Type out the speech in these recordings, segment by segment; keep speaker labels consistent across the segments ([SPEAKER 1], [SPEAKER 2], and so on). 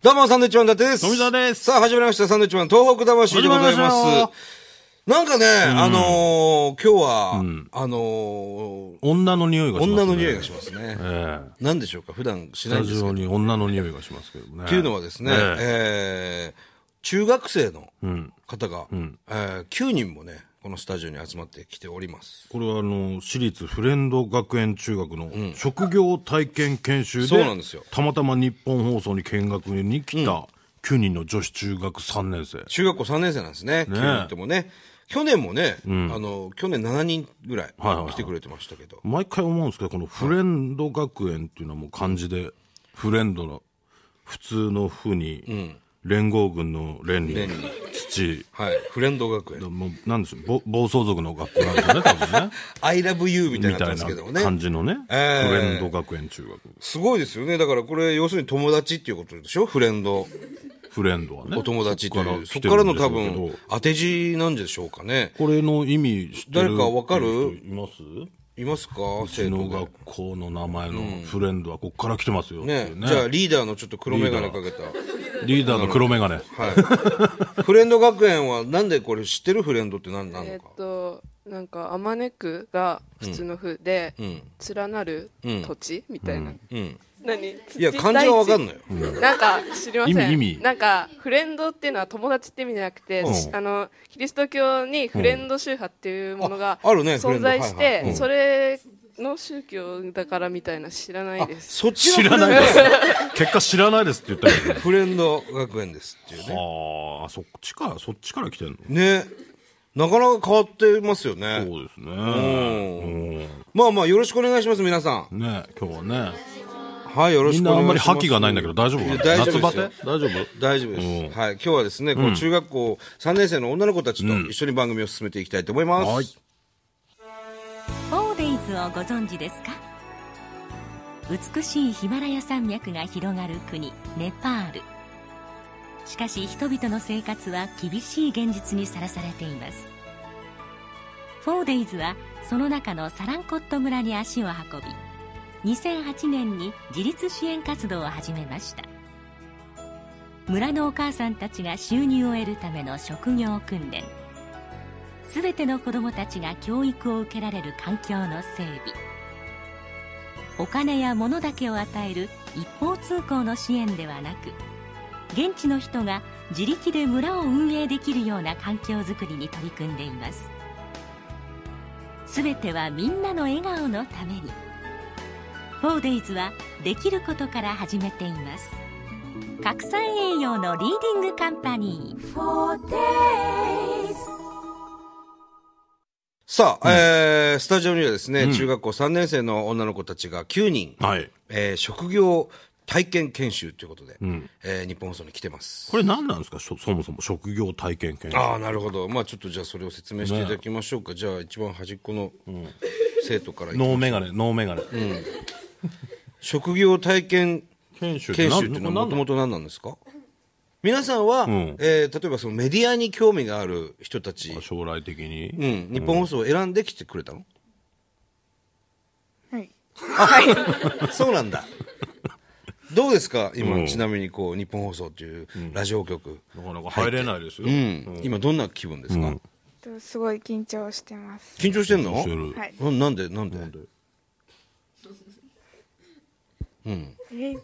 [SPEAKER 1] どうも、サンドイッチマン伊達です。
[SPEAKER 2] 富澤です
[SPEAKER 1] さあ、始まりました。サンドイッチマン東北魂でございます。
[SPEAKER 2] 始まりまし
[SPEAKER 1] なんかね、あのー、今日は、
[SPEAKER 2] ん
[SPEAKER 1] あのー、
[SPEAKER 2] 女の匂いがします、
[SPEAKER 1] 女の匂いがしますね。
[SPEAKER 2] ええ
[SPEAKER 1] なんでしょうか普段し
[SPEAKER 2] ス
[SPEAKER 1] ない
[SPEAKER 2] タ
[SPEAKER 1] んですけ
[SPEAKER 2] ジ
[SPEAKER 1] ど。
[SPEAKER 2] オ
[SPEAKER 1] っ
[SPEAKER 2] に女の匂いがしますけどね。って
[SPEAKER 1] いうのはですね、えー中学生の
[SPEAKER 2] うん。
[SPEAKER 1] 方が、
[SPEAKER 2] ん
[SPEAKER 1] えー9人もね、このスタジオに集まってきております。
[SPEAKER 2] これはあの、私立フレンド学園中学の職業体験研修で、
[SPEAKER 1] そうなんですよ
[SPEAKER 2] たまたま日本放送に見学に来た9人の女子中学3年生。
[SPEAKER 1] 中学校3年生なんですね、9人ともね。去年もね、あの、去年7人ぐらい
[SPEAKER 2] はいはいはい
[SPEAKER 1] 来てくれてましたけど。
[SPEAKER 2] 毎回思うんですけど、このフレンド学園っていうのはもう漢字で、フレンドの普通の風に、連合軍の連に、
[SPEAKER 1] 連に
[SPEAKER 2] 土、
[SPEAKER 1] はい。フレンド学園。
[SPEAKER 2] もうなんでしょう、ぼ暴走族の学校なんですよね、多分ね。
[SPEAKER 1] I love you みたい
[SPEAKER 2] み
[SPEAKER 1] になったてま
[SPEAKER 2] い
[SPEAKER 1] すけども
[SPEAKER 2] な
[SPEAKER 1] ね
[SPEAKER 2] 感。じのね、フ
[SPEAKER 1] ええ
[SPEAKER 2] レンド学園中学、
[SPEAKER 1] すごいですよね。だからこれ、要するに友達っていうことでしょフレンド、
[SPEAKER 2] フレンドはね、
[SPEAKER 1] お友達っていう。そ
[SPEAKER 2] 来
[SPEAKER 1] ってから
[SPEAKER 2] るん
[SPEAKER 1] の
[SPEAKER 2] でしょ
[SPEAKER 1] 多
[SPEAKER 2] うけど
[SPEAKER 1] 分、当て字なんでしょうかね。
[SPEAKER 2] これの意味知って
[SPEAKER 1] 誰
[SPEAKER 2] る
[SPEAKER 1] かわかる
[SPEAKER 2] 人いますう
[SPEAKER 1] いますか
[SPEAKER 2] ち
[SPEAKER 1] 生
[SPEAKER 2] の
[SPEAKER 1] 徒で
[SPEAKER 2] 学。校の名前のフレンドはこっから来てますよってい
[SPEAKER 1] ね
[SPEAKER 2] う
[SPEAKER 1] じゃあ
[SPEAKER 2] ね
[SPEAKER 1] リーダーのちょっと黒眼鏡かけた。
[SPEAKER 2] リーダーの黒眼鏡
[SPEAKER 1] はい。 フレンド学園はなんでこれ知ってるフレンドって何なの
[SPEAKER 3] えー
[SPEAKER 1] か
[SPEAKER 3] っ。となんかあまねくが普通の風で、
[SPEAKER 1] ん
[SPEAKER 3] 連なる
[SPEAKER 1] ん
[SPEAKER 3] 土地、みたいな、
[SPEAKER 1] うん。
[SPEAKER 3] 何い
[SPEAKER 1] いや、漢字はわかんないよ。
[SPEAKER 3] なんか知りません
[SPEAKER 2] 意味意味
[SPEAKER 3] なんかフレンドっていうのは友達って意味じゃなくて、
[SPEAKER 2] うん
[SPEAKER 3] あのキリスト教にフレンド宗派っていうものが
[SPEAKER 1] ああるねフレン
[SPEAKER 3] 存
[SPEAKER 1] ド
[SPEAKER 3] 在して、
[SPEAKER 1] はいはいうん
[SPEAKER 3] それの宗教だからみたいな知らない
[SPEAKER 1] あ、
[SPEAKER 3] です
[SPEAKER 1] そっちは
[SPEAKER 2] 知らないです 結果知らないですって言ったけどね
[SPEAKER 1] フレンド学園ですっていうね。
[SPEAKER 2] ああそっちからそっちから来てんの
[SPEAKER 1] ね。なかなか変わってますよね。
[SPEAKER 2] そうですね
[SPEAKER 1] まあまあ、よろしくお願いします、皆さん。
[SPEAKER 2] うんね今日はね
[SPEAKER 1] はい、よろ
[SPEAKER 2] み
[SPEAKER 1] し
[SPEAKER 2] ん
[SPEAKER 1] く
[SPEAKER 2] な
[SPEAKER 1] お
[SPEAKER 2] あ
[SPEAKER 1] 願いします。
[SPEAKER 2] んまり覇気がないんだけど大丈夫か
[SPEAKER 1] いや
[SPEAKER 2] な
[SPEAKER 1] 大丈夫
[SPEAKER 2] 夏
[SPEAKER 1] で
[SPEAKER 2] バ
[SPEAKER 1] す
[SPEAKER 2] テ
[SPEAKER 1] よ。
[SPEAKER 2] 大丈夫
[SPEAKER 1] 大丈夫です。
[SPEAKER 2] うん
[SPEAKER 1] はい。今日はですね、こう中学校3年生の女の子たちと一緒に番組を進めていきたいと思います。
[SPEAKER 2] はい
[SPEAKER 4] オーデイズをご存知ですか美しいヒマラヤ山脈が広がる国ネパールしかし人々の生活は厳しい現実にさらされていますフォーデイズはその中のサランコット村に足を運び2008年に自立支援活動を始めました村のお母さんたちが収入を得るための職業訓練全ての子どもたちが教育を受けられる環境の整備お金や物だけを与える一方通行の支援ではなく現地の人が自力で村を運営できるような環境づくりに取り組んでいます全てはみんなの笑顔のために 4days はできることから始めています拡散栄養のリーディングカンパニー
[SPEAKER 1] さあ、えー、スタジオにはですね、中学校3年生の女の子たちが9人、
[SPEAKER 2] はい
[SPEAKER 1] えー職業体験研修ということで、
[SPEAKER 2] ん
[SPEAKER 1] えー日本放送に来てます。
[SPEAKER 2] これ何なんですかそそもそも職業体験研修
[SPEAKER 1] ああ、なるほど。まあちょっとじゃあそれを説明していただきましょうか。じゃあ一番端っこの生徒からいき
[SPEAKER 2] ノーメガネノーメガネ
[SPEAKER 1] 職業体験
[SPEAKER 2] 研修って
[SPEAKER 1] 研
[SPEAKER 2] 何
[SPEAKER 1] 修っていうのは
[SPEAKER 2] 何
[SPEAKER 1] もともと何なんですか皆さんは、
[SPEAKER 2] ん
[SPEAKER 1] えー例えばそのメディアに興味がある人たち、
[SPEAKER 2] 将来的に、
[SPEAKER 1] うん、日本放送を選んできてくれたの、
[SPEAKER 5] はい。
[SPEAKER 1] そうなんだ。どうですか今、
[SPEAKER 2] うん
[SPEAKER 1] ちなみにこう、日本放送っていうラジオ局。
[SPEAKER 2] なかなか入れないですよ、
[SPEAKER 1] うん。今どんな気分ですか、
[SPEAKER 2] うん
[SPEAKER 5] とすごい緊張してます。
[SPEAKER 1] 緊張してんの
[SPEAKER 2] してる
[SPEAKER 5] はい。
[SPEAKER 1] うんなんでなんで
[SPEAKER 5] え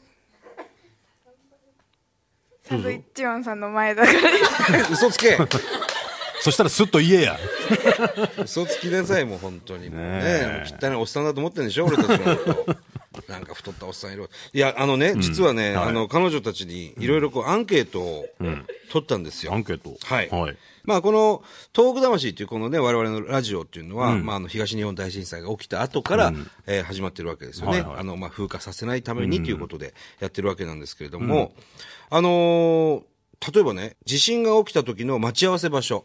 [SPEAKER 5] サンドイッチマンさんの前だか ら。
[SPEAKER 1] 嘘つけ
[SPEAKER 2] そしたらすっと言えや
[SPEAKER 1] 嘘つきなさい、もう本当に。もうね
[SPEAKER 2] ねえ
[SPEAKER 1] 汚いおっさんだと思ってんでしょ俺たちのこと。なんか太ったおっさんいる。いや、あのね、実はね、
[SPEAKER 2] はい
[SPEAKER 1] あの、彼女たちにいろいろこう、アンケートを取ったんですよ。
[SPEAKER 2] アンケート
[SPEAKER 1] はい。
[SPEAKER 2] はい
[SPEAKER 1] まあ、この、東北魂っていうこのね、我々のラジオっていうのは、まあ、あの、東日本大震災が起きた後から、えー始まってるわけですよね。
[SPEAKER 2] はいはい
[SPEAKER 1] あの、まあ、風化させないためにということでやってるわけなんですけれども、あのー例えばね、地震が起きた時の待ち合わせ場所。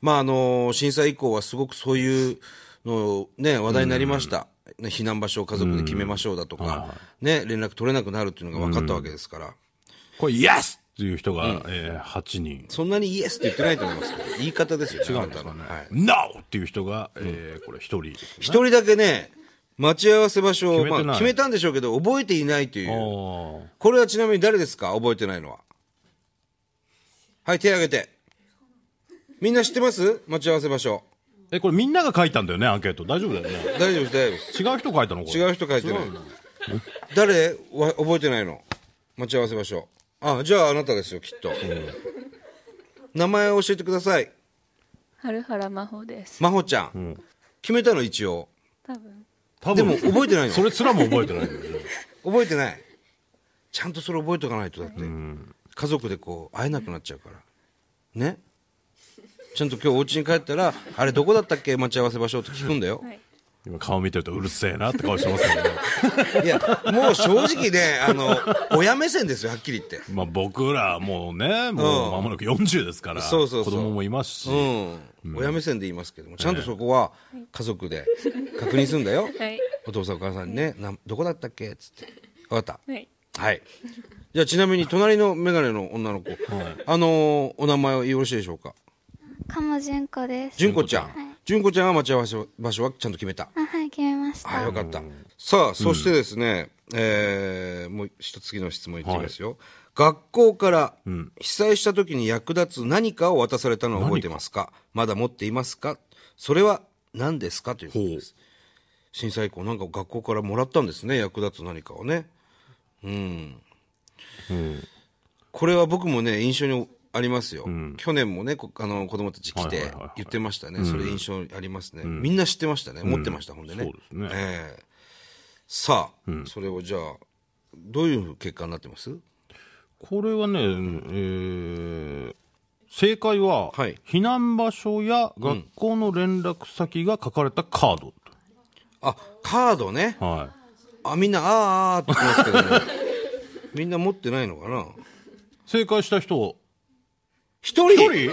[SPEAKER 1] まあ、あのー震災以降はすごくそういうの、ね、話題になりました。ね、避難場所を家族で決めましょうだとか、ね、連絡取れなくなるっていうのが分かったわけですから。
[SPEAKER 2] これイエスっていう人が、えー8人
[SPEAKER 1] そんなにイエスって言ってないと思いますけど、言い方ですよ、違うんですかね。はい
[SPEAKER 2] ノーっていう人が、えーこれ1人ですね
[SPEAKER 1] 一人だけね、待ち合わせ場所を、
[SPEAKER 2] 決めてない
[SPEAKER 1] まあ、決めたんでしょうけど、覚えていないとい
[SPEAKER 2] あ
[SPEAKER 1] う。
[SPEAKER 2] ー
[SPEAKER 1] これはちなみに誰ですか覚えてないのは。はい、手挙げて。みんな知ってます待ち合わせ場所。
[SPEAKER 2] え、これみんなが書いたんだよね、アンケート。大丈夫だよね。
[SPEAKER 1] 大丈夫です、大丈夫です。
[SPEAKER 2] 違う人書いたのこれ。
[SPEAKER 1] 違う人書いてない。誰わ覚えてないの待ち合わせ場所。あ、じゃああなたですよ、きっと。名前を教えてください。
[SPEAKER 6] 春原真帆です。
[SPEAKER 1] まほちゃん。決めたの、一応。
[SPEAKER 6] 多分。
[SPEAKER 2] 多
[SPEAKER 1] で
[SPEAKER 2] 分
[SPEAKER 1] も覚えてないの
[SPEAKER 2] それすらも覚えてないんだよね。
[SPEAKER 1] 覚えてない。ちゃんとそれ覚えておかないと、だって。家族でこう、会えなくなっちゃうから。ねちゃんと今日お家に帰ったら、あれどこだったっけ待ち合わせ場所って聞くんだよ。
[SPEAKER 2] 今顔見てるとうるせえなって顔してますけど、
[SPEAKER 1] いや、もう正直ね、あの、親目線ですよ、はっきり言って。
[SPEAKER 2] まあ僕らもうね、もう間もなく40ですから、
[SPEAKER 1] そうそうそう
[SPEAKER 2] 子供もいますし、
[SPEAKER 1] うん。親目線で言いますけども、ちゃんとそこは家族で確認するんだよ。
[SPEAKER 6] はい。
[SPEAKER 1] お父さんお母さんにね、なんどこだったっけつって。わかっ
[SPEAKER 6] はい。
[SPEAKER 1] た。はい。じゃあちなみに隣のメガネの女の子、あのーお名前をよろしいでしょうか。
[SPEAKER 7] かもじゅんこです。
[SPEAKER 1] 純子ちゃん。純子ちゃんは待ち合わせ場所はちゃんと決めた。
[SPEAKER 7] あ、はい、決めました。
[SPEAKER 1] あ、よかった。さあ、そしてですね、えーもう一つ次の質問いってみますよ。学校から被災した時に役立つ何かを渡されたのを覚えてますかまだ持っていますかそれは何ですかということです。震災以降、なんか学校からもらったんですね、役立つ何かをね。うん。これは僕もね、印象にありますよ。去年もね、こあの子供たち来
[SPEAKER 2] はいは
[SPEAKER 1] て
[SPEAKER 2] いはいはい
[SPEAKER 1] 言ってましたね。それ印象にありますね。みんな知ってましたね。持ってました、ほんでね。
[SPEAKER 2] そうですね
[SPEAKER 1] ええさあ、それをじゃあ、どういう結果になってます
[SPEAKER 2] これはね、えー正解は、
[SPEAKER 1] はい
[SPEAKER 2] 避難場所や学校の連絡先が書かれたカード。
[SPEAKER 1] あ、カードね。
[SPEAKER 2] は。
[SPEAKER 1] あ、みんな、あーあーって言ってますけどね。みんな持ってないのかない
[SPEAKER 2] 正解した人、
[SPEAKER 1] 一
[SPEAKER 2] 一
[SPEAKER 1] 人
[SPEAKER 2] 人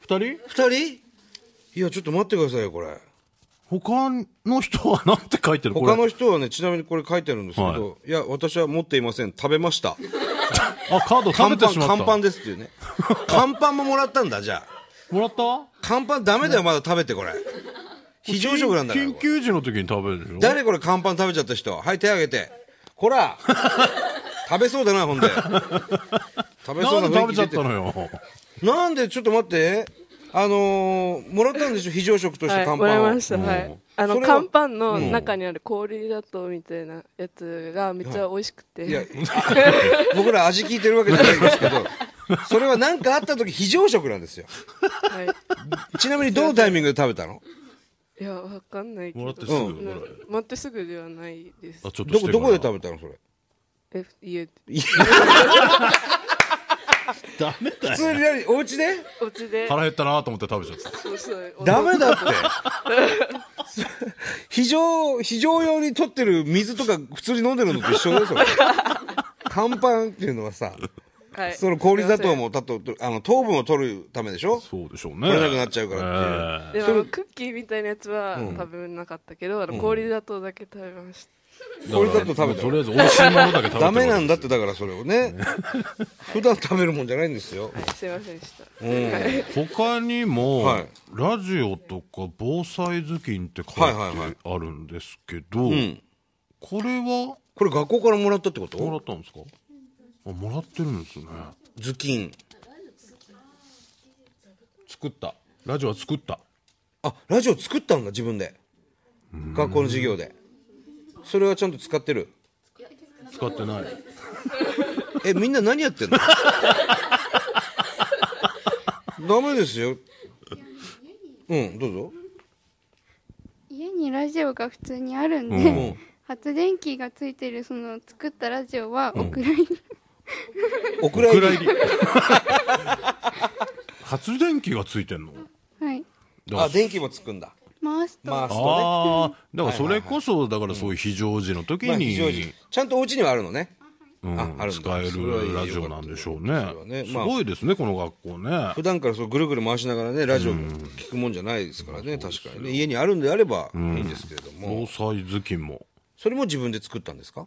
[SPEAKER 2] 二人
[SPEAKER 1] 二人いや、ちょっと待ってくださいよ、これ。
[SPEAKER 2] 他の人はなんて書いてるこれ
[SPEAKER 1] 他の人はね、ちなみにこれ書いてあるんですけど、い、や、私は持っていません。食べました。
[SPEAKER 2] あ、カード 食べ
[SPEAKER 1] 乾
[SPEAKER 2] て
[SPEAKER 1] パン、
[SPEAKER 2] しまった。
[SPEAKER 1] 乾パンですっていう ね。乾パンももらったんだ、じゃあ。
[SPEAKER 2] もらった
[SPEAKER 1] 乾パンダメだよ、まだ食べて、こ れ。非常食なんだから。こ
[SPEAKER 2] 緊
[SPEAKER 1] れ
[SPEAKER 2] 急時の時に食べるでしょ
[SPEAKER 1] 誰これ乾パン食べちゃった人はい手挙げてこ ら食べそうだなほんで食べそう
[SPEAKER 2] な
[SPEAKER 1] なん雰
[SPEAKER 2] で食べ
[SPEAKER 1] 囲気
[SPEAKER 2] ち
[SPEAKER 1] 出
[SPEAKER 2] ゃってたのよ。
[SPEAKER 1] るなんでちょっと待ってあのーもらったんでしょ非常食とし
[SPEAKER 3] は
[SPEAKER 1] て
[SPEAKER 3] い、
[SPEAKER 1] 乾
[SPEAKER 3] もらい
[SPEAKER 1] パンを
[SPEAKER 3] ました。は
[SPEAKER 2] うん
[SPEAKER 3] い。あ
[SPEAKER 1] そ
[SPEAKER 3] の、
[SPEAKER 1] れは
[SPEAKER 3] 乾パンの中にある氷だとみたいなやつがめっちゃ美味しくて。
[SPEAKER 1] いや 僕ら味聞いてるわけじゃないんですけどそれは何かあった時非常食なんですよ
[SPEAKER 3] はい。
[SPEAKER 1] ちなみにどのタイミングで食べたの
[SPEAKER 3] いや、わかんないけど。
[SPEAKER 2] もらってすぐ、
[SPEAKER 1] うん
[SPEAKER 2] これ。
[SPEAKER 3] 待ってすぐではないです
[SPEAKER 2] あ、。ちょっと
[SPEAKER 1] ど
[SPEAKER 2] して
[SPEAKER 1] こどこで
[SPEAKER 2] べ
[SPEAKER 1] 食べたのそれ
[SPEAKER 3] え、家で、
[SPEAKER 2] ダメだ
[SPEAKER 1] 普
[SPEAKER 2] よ。
[SPEAKER 1] 通に何お家で
[SPEAKER 3] お家で。
[SPEAKER 2] 腹減ったなと思って食べちゃった。
[SPEAKER 3] そうそう
[SPEAKER 1] ダメだって 非常非常用に取ってる水とか普通に飲んでるのと一緒だよそれ乾パンっていうのはさ
[SPEAKER 3] はい。
[SPEAKER 1] その氷砂糖もたとあの糖分を取るためでしょ
[SPEAKER 2] そうでしょうね。
[SPEAKER 1] 取れなくなっちゃうから
[SPEAKER 2] ええ
[SPEAKER 3] でもクッキーみたいなやつは食べなかったけど、あの氷砂糖だけ食べました。
[SPEAKER 1] 氷砂糖食べた
[SPEAKER 2] とりあえず美味しいものだけ食べて
[SPEAKER 1] ダメなん
[SPEAKER 2] だ。
[SPEAKER 1] だってだからそれをね普段食べるもんじゃないんですよ、
[SPEAKER 3] はい、すいませんでした。
[SPEAKER 1] うんはい
[SPEAKER 2] 他にも、
[SPEAKER 1] はい
[SPEAKER 2] ラジオとか防災頭巾って書いて
[SPEAKER 1] はいはいはい
[SPEAKER 2] あるんですけど、
[SPEAKER 1] ん
[SPEAKER 2] これは
[SPEAKER 1] これ学校からもらったってこ
[SPEAKER 2] もら
[SPEAKER 1] と
[SPEAKER 2] ったんですかあもらってるんですね。
[SPEAKER 1] 頭巾
[SPEAKER 2] 作った。ラジオは作った。
[SPEAKER 1] あラジオ作ったんだ自分で学校の授業でそれはちゃんと使ってる
[SPEAKER 2] 使ってない。
[SPEAKER 1] えみんな何やってんのダメですようんどうぞ
[SPEAKER 7] 家にラジオが普通にあるんで、
[SPEAKER 2] うん
[SPEAKER 7] 発電機がついてるその作ったラジオはお蔵入り、
[SPEAKER 1] お蔵入り
[SPEAKER 2] り。 発電機がついてんの
[SPEAKER 7] はい
[SPEAKER 1] あ電気もつくんだ
[SPEAKER 7] 回すと、
[SPEAKER 1] 回すとね
[SPEAKER 2] ああ、だからそれこそ、だからそういう非常時の時
[SPEAKER 1] まあ非
[SPEAKER 2] に、
[SPEAKER 1] 常時ちゃんとお家にはあるのね
[SPEAKER 2] うん
[SPEAKER 1] ああるんだ
[SPEAKER 2] 使えるラジオなんでしょうね。
[SPEAKER 1] それはいいよかったですそれはね
[SPEAKER 2] す
[SPEAKER 1] まあ
[SPEAKER 2] ごいですね、この学校ね。
[SPEAKER 1] 普段からそうぐるぐる回しながらねラジオ聞くもんじゃないですからね、確かにね家にあるんであればいいんですけれども、
[SPEAKER 2] 防災頭巾も。
[SPEAKER 1] それも自分で作ったんですか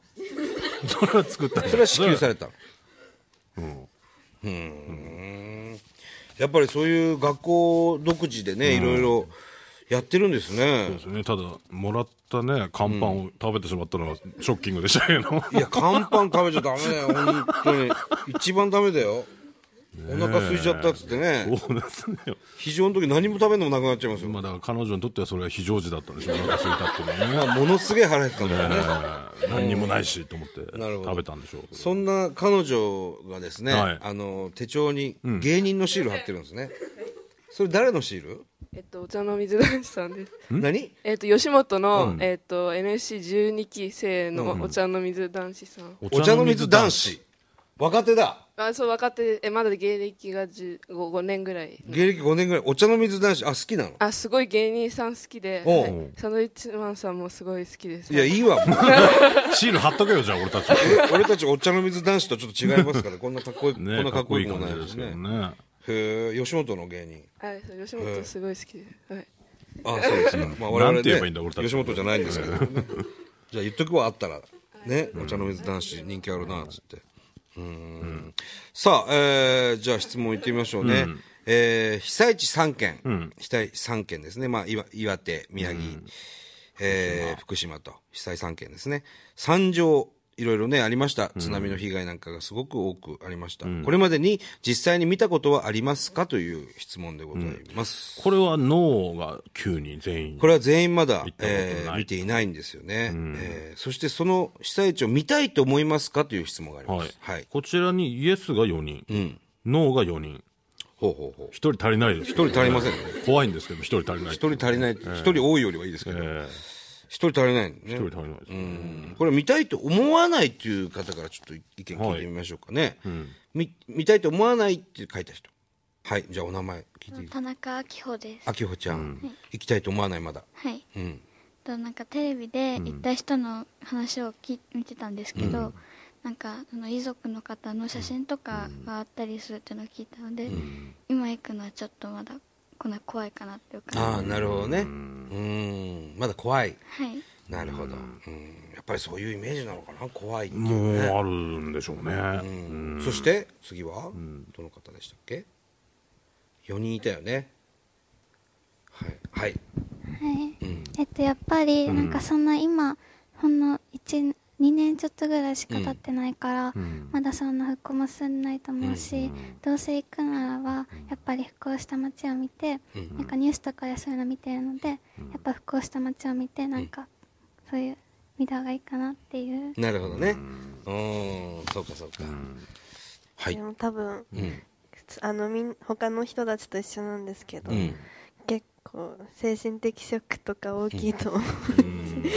[SPEAKER 2] それは作った
[SPEAKER 1] それは支給されたのうんやっぱりそういう学校独自でね、いろいろやってるんですね
[SPEAKER 2] そうですね。ただ、もらったね、乾パンを食べてしまったのはショッキン グでしたけど。
[SPEAKER 1] いや、乾パン食べちゃダメだよ、本当に。一番ダメだよ。お腹空いちゃったっつってね
[SPEAKER 2] そうですね
[SPEAKER 1] 非常の時何も食べるのもなくなっちゃいますよ、
[SPEAKER 2] まあだから彼女にとってはそれは非常時だったんでしょうお腹空いたっていうのはね
[SPEAKER 1] まあ、ものすげえ腹減ってたんだよね
[SPEAKER 2] えー何にもないしと思って
[SPEAKER 1] なるほど
[SPEAKER 2] 食べたんでしょう
[SPEAKER 1] そんな彼女がですね、
[SPEAKER 2] はい
[SPEAKER 1] あの手帳に芸人のシール貼ってるんですね、それ誰のシール
[SPEAKER 3] えっと、お茶の水男子さんです。
[SPEAKER 1] 何
[SPEAKER 3] えっと、吉本の、
[SPEAKER 2] うん
[SPEAKER 3] えっと、NSC12 期生のお茶の水男子さん。
[SPEAKER 1] お茶の水男子若手だ
[SPEAKER 3] あ、そう、若手、え、まだ芸歴が15 5年ぐらい。
[SPEAKER 1] 芸歴5年ぐらいお茶の水男子あ好きなの
[SPEAKER 3] あ、すごい芸人さん好きで、
[SPEAKER 1] おう
[SPEAKER 3] はいサンドウィッチマンさんもすごい好きです。
[SPEAKER 1] いやいいわもう
[SPEAKER 2] シール貼っとけよじゃあ俺たち
[SPEAKER 1] 俺たちお茶の水男子とちょっと違いますからこんなかっこいい、こん
[SPEAKER 2] ね
[SPEAKER 1] な
[SPEAKER 2] か
[SPEAKER 1] か
[SPEAKER 2] っ
[SPEAKER 1] っ
[SPEAKER 2] こ
[SPEAKER 1] こ
[SPEAKER 2] い
[SPEAKER 1] い
[SPEAKER 2] い
[SPEAKER 1] い
[SPEAKER 2] 感
[SPEAKER 1] も
[SPEAKER 2] じ
[SPEAKER 1] ない
[SPEAKER 2] で
[SPEAKER 1] ですす
[SPEAKER 2] け
[SPEAKER 1] ね
[SPEAKER 2] どね
[SPEAKER 1] へえ吉本の芸人
[SPEAKER 3] はい、そう吉本すごい好きです。はい。
[SPEAKER 1] あそうですねまあ我
[SPEAKER 2] なん
[SPEAKER 1] 々ね
[SPEAKER 2] て言えばいいんだ俺たち
[SPEAKER 1] 吉本じゃないんですけどね じゃあ言っとくわあったらねお茶の水男子人気あるなっつってうんさあ、えーじゃあ質問いってみましょうね、えー被災地3県、被災3県ですね、まあ、岩岩手宮城、えー福島と被災3県ですね惨状いろいろねありました津波の被害なんかがすごく多くありました、これまでに実際に見たことはありますかという質問でございます、
[SPEAKER 2] これは脳が9人全員
[SPEAKER 1] これは全員まだ
[SPEAKER 2] 見、たことない
[SPEAKER 1] えー見ていないんですよね、えーそしてその被災地を見たいと思いますかという質問がありま
[SPEAKER 2] はい
[SPEAKER 1] す。はい。
[SPEAKER 2] こちらにイエスが4人、
[SPEAKER 1] うん。
[SPEAKER 2] ノーが4人
[SPEAKER 1] ほうほうほう。
[SPEAKER 2] 1人足りないです1
[SPEAKER 1] 一人足りませんね。
[SPEAKER 2] 怖いんですけど1人足りない
[SPEAKER 1] 一人足りない、一、人多いよりはいいですけ
[SPEAKER 2] え
[SPEAKER 1] ど、一、
[SPEAKER 2] ー
[SPEAKER 1] 人足りない、ね。
[SPEAKER 2] 一人足りないです、
[SPEAKER 1] うんこれ見たいと思わないっていう方からちょっと意見聞いてみましょうかね。み見たいと思わないって書いた人。はい。じゃあお名前聞いていい
[SPEAKER 7] 田中明穂です
[SPEAKER 1] あきほちゃん,、行きたいと思わないまだ。
[SPEAKER 7] はい
[SPEAKER 1] うん。
[SPEAKER 7] となんかテレビで行った人の話をき見てたんですけど、なんかあの遺族の方の写真とかがあったりするっていうのを聞いたので、今行くのはちょっとまだこんな怖いかなっていう
[SPEAKER 1] ああ、
[SPEAKER 7] 感じ
[SPEAKER 1] なるほどね。うん。まだ怖い。
[SPEAKER 7] はい
[SPEAKER 1] なるほど、うん、やっぱりそういうイメージなのかな怖いっていう
[SPEAKER 2] もう
[SPEAKER 1] ね
[SPEAKER 2] あるんでしょうね、
[SPEAKER 1] うんそして次は、どの方でしたっけ4人いたよねはい、は
[SPEAKER 8] は
[SPEAKER 1] い、
[SPEAKER 8] い、
[SPEAKER 1] うん
[SPEAKER 8] えっとやっぱりなんかそんな今、ほんの12年ちょっとぐらいしか経ってないから、まだそんな復興も進んでないと思うし、どうせ行くならばやっぱり復興した街を見て、
[SPEAKER 1] うん
[SPEAKER 8] なんかニュースとかでそういうの見てるので、やっぱ復興した街を見てなんかそういう見た方がいいかなっていう
[SPEAKER 1] なるほどねうんそうかそうか、はい
[SPEAKER 9] でも多分
[SPEAKER 1] うん
[SPEAKER 9] あのみん他の人たちと一緒なんですけど、
[SPEAKER 1] うん
[SPEAKER 9] 結構精神的ショックとか大きいと思う、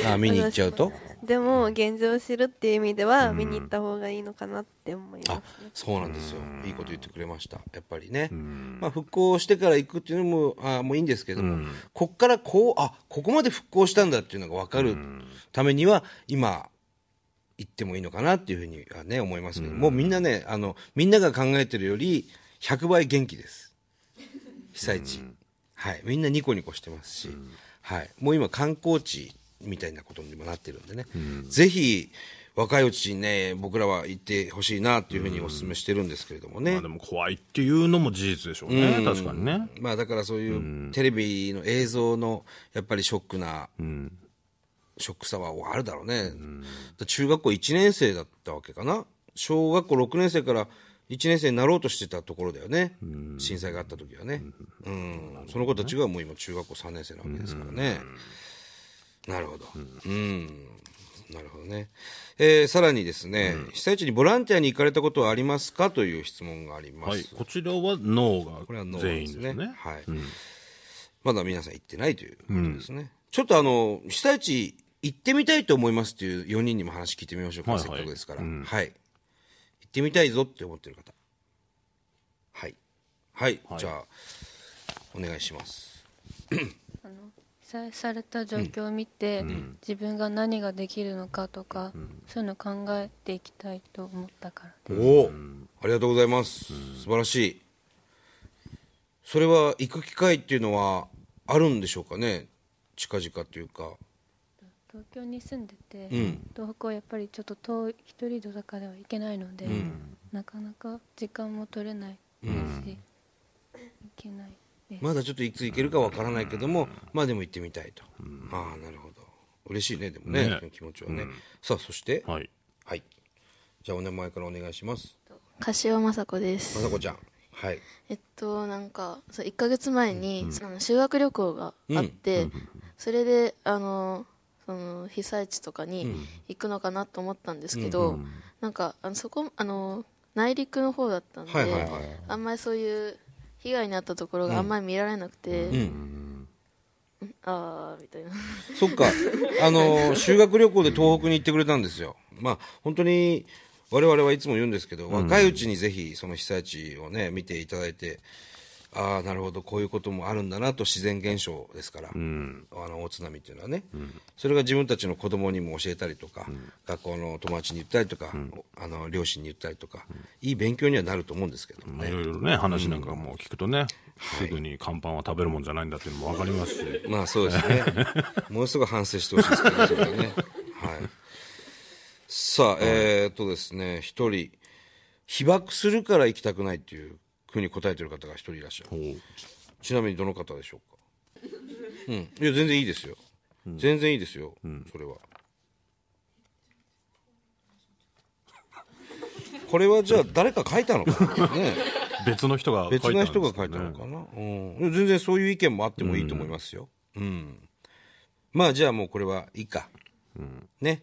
[SPEAKER 1] あー見に行っちゃうと
[SPEAKER 9] でも現状を知るっていう意味では見に行った方がいいのかなって思います、
[SPEAKER 1] あそうなんですよいいこと言ってくれましたやっぱりね、まあ、復興してから行くっていうのもあーもういいんですけども、こっからこうあここまで復興したんだっていうのが分かるためには今行ってもいいのかなっていうふうにはね思いますけど、もうみんなねあのみんなが考えてるより100倍元気です被災地、はいみんなニコニコしてますし、はいもう今観光地みたいなことにもなってるんでね、ぜひ若いうちにね僕らは行ってほしいなっていうふうにお勧めしてるんですけれどもね、
[SPEAKER 2] まあ、でも怖いっていうのも事実でしょうね、
[SPEAKER 1] うん
[SPEAKER 2] 確かにね
[SPEAKER 1] まあだからそういううテレビの映像のやっぱりショックな、ショックさはあるだろうね。だ中学校1年生だったわけかな。小学校6年生から1年生になろうとしてたところだよね。震災があった時はね。うん。その子たちがもう今中学校3年生なわけですからね。なるほど。うん。なるほどね。えーさらにですね、被災地にボランティアに行かれたことはありますかという質問があります。
[SPEAKER 2] はい、こちらは脳
[SPEAKER 1] これはノーな
[SPEAKER 2] が
[SPEAKER 1] ん
[SPEAKER 2] 全
[SPEAKER 1] で
[SPEAKER 2] 員
[SPEAKER 1] す
[SPEAKER 2] です
[SPEAKER 1] ね。
[SPEAKER 2] ね
[SPEAKER 1] はい、まだ皆さん行ってないということですね。ちょっとあの、被災地行ってみたいと思いますっていう4人にも話聞いてみましょうか。
[SPEAKER 2] はいはい
[SPEAKER 1] せっかくですから、
[SPEAKER 2] うん
[SPEAKER 1] はい。行ってみたいぞって思ってる方。はい。はい。
[SPEAKER 2] はい
[SPEAKER 1] じゃあ、お願いします。
[SPEAKER 6] あの被災された状況を見て、自分が何ができるのかとか、そういうのを考えていきたいと思ったからで
[SPEAKER 1] おおありがとうございます。素晴らしい。それは行く機会っていうのはあるんでしょうかね近々というか。
[SPEAKER 6] 東京に住んでて、
[SPEAKER 1] うん。
[SPEAKER 6] 東北はやっぱりちょっと遠い一人とかでは行けないので、
[SPEAKER 1] うん。
[SPEAKER 6] なかなか時間も取れないですし、行けないです、
[SPEAKER 1] まだちょっといつ行けるかわからないけども、まあでも行ってみたいと。ああ、なるほど。嬉しいね、でもね、
[SPEAKER 2] ね
[SPEAKER 1] その気持ちはね。さあ、そして、はい。
[SPEAKER 2] はい
[SPEAKER 1] じゃあ、お名前からお願いします。
[SPEAKER 10] 柏雅子です
[SPEAKER 1] まさこちゃん。はい。
[SPEAKER 3] えっとなんかそう1ヶ月前に、その修学旅行があって、それであのその被災地とかに行くのかなと思ったんですけど、なんかあのそこあの内陸の方だったんで、
[SPEAKER 1] はいはいはい
[SPEAKER 3] あんまりそういう被害に遭ったところがあんまり見られなくて、
[SPEAKER 1] うん。
[SPEAKER 3] ああみたいな。
[SPEAKER 1] そっか。あの、修学旅行で東北に行ってくれたんですよ。まあ、本当に、我々はいつも言うんですけど、若いうちにぜひ、その被災地をね、見ていただいて、ああ、なるほど、こういうこともあるんだなと、自然現象ですから、あの、大津波っていうのはね、それが自分たちの子供にも教えたりとか、学校の友達に言ったりとか、あの、両親に言ったりとか、いい勉強にはなると思うんですけど
[SPEAKER 2] まあ
[SPEAKER 1] ね。
[SPEAKER 2] いろいろね、話なんかも聞くとね、すぐに乾パンは食べるもんじゃないんだっていうのもわかりますし。
[SPEAKER 1] まあそうですね。ものすごい反省してほしいですけどそれはね。はい。さあ、えー、っとですね、一人、被爆するから行きたくないっていうふうに答えてる方が一人いらっしゃる。ちなみにどの方でしょうか。うん。いや、全然いいですよ。全然いいですよ。それは。これはじゃあ誰か書いたのかな、ね、
[SPEAKER 2] 別の人が書いた
[SPEAKER 1] 別
[SPEAKER 2] ん
[SPEAKER 1] な
[SPEAKER 2] です
[SPEAKER 1] 人
[SPEAKER 2] よね
[SPEAKER 1] が書いたのかな、うん、全然そういう意見もあってもいいと思いますよ、うんまあじゃあもうこれはいいか、ね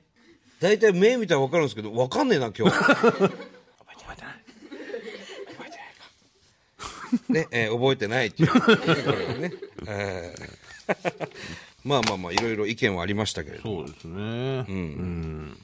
[SPEAKER 1] 大体目見たら分かるんですけど分かんねえな今日 覚えてない覚えてないかね、えー覚えてない っていうこれはね、え ーまあまあまあいろいろ意見はありましたけれど
[SPEAKER 2] そうですね。うん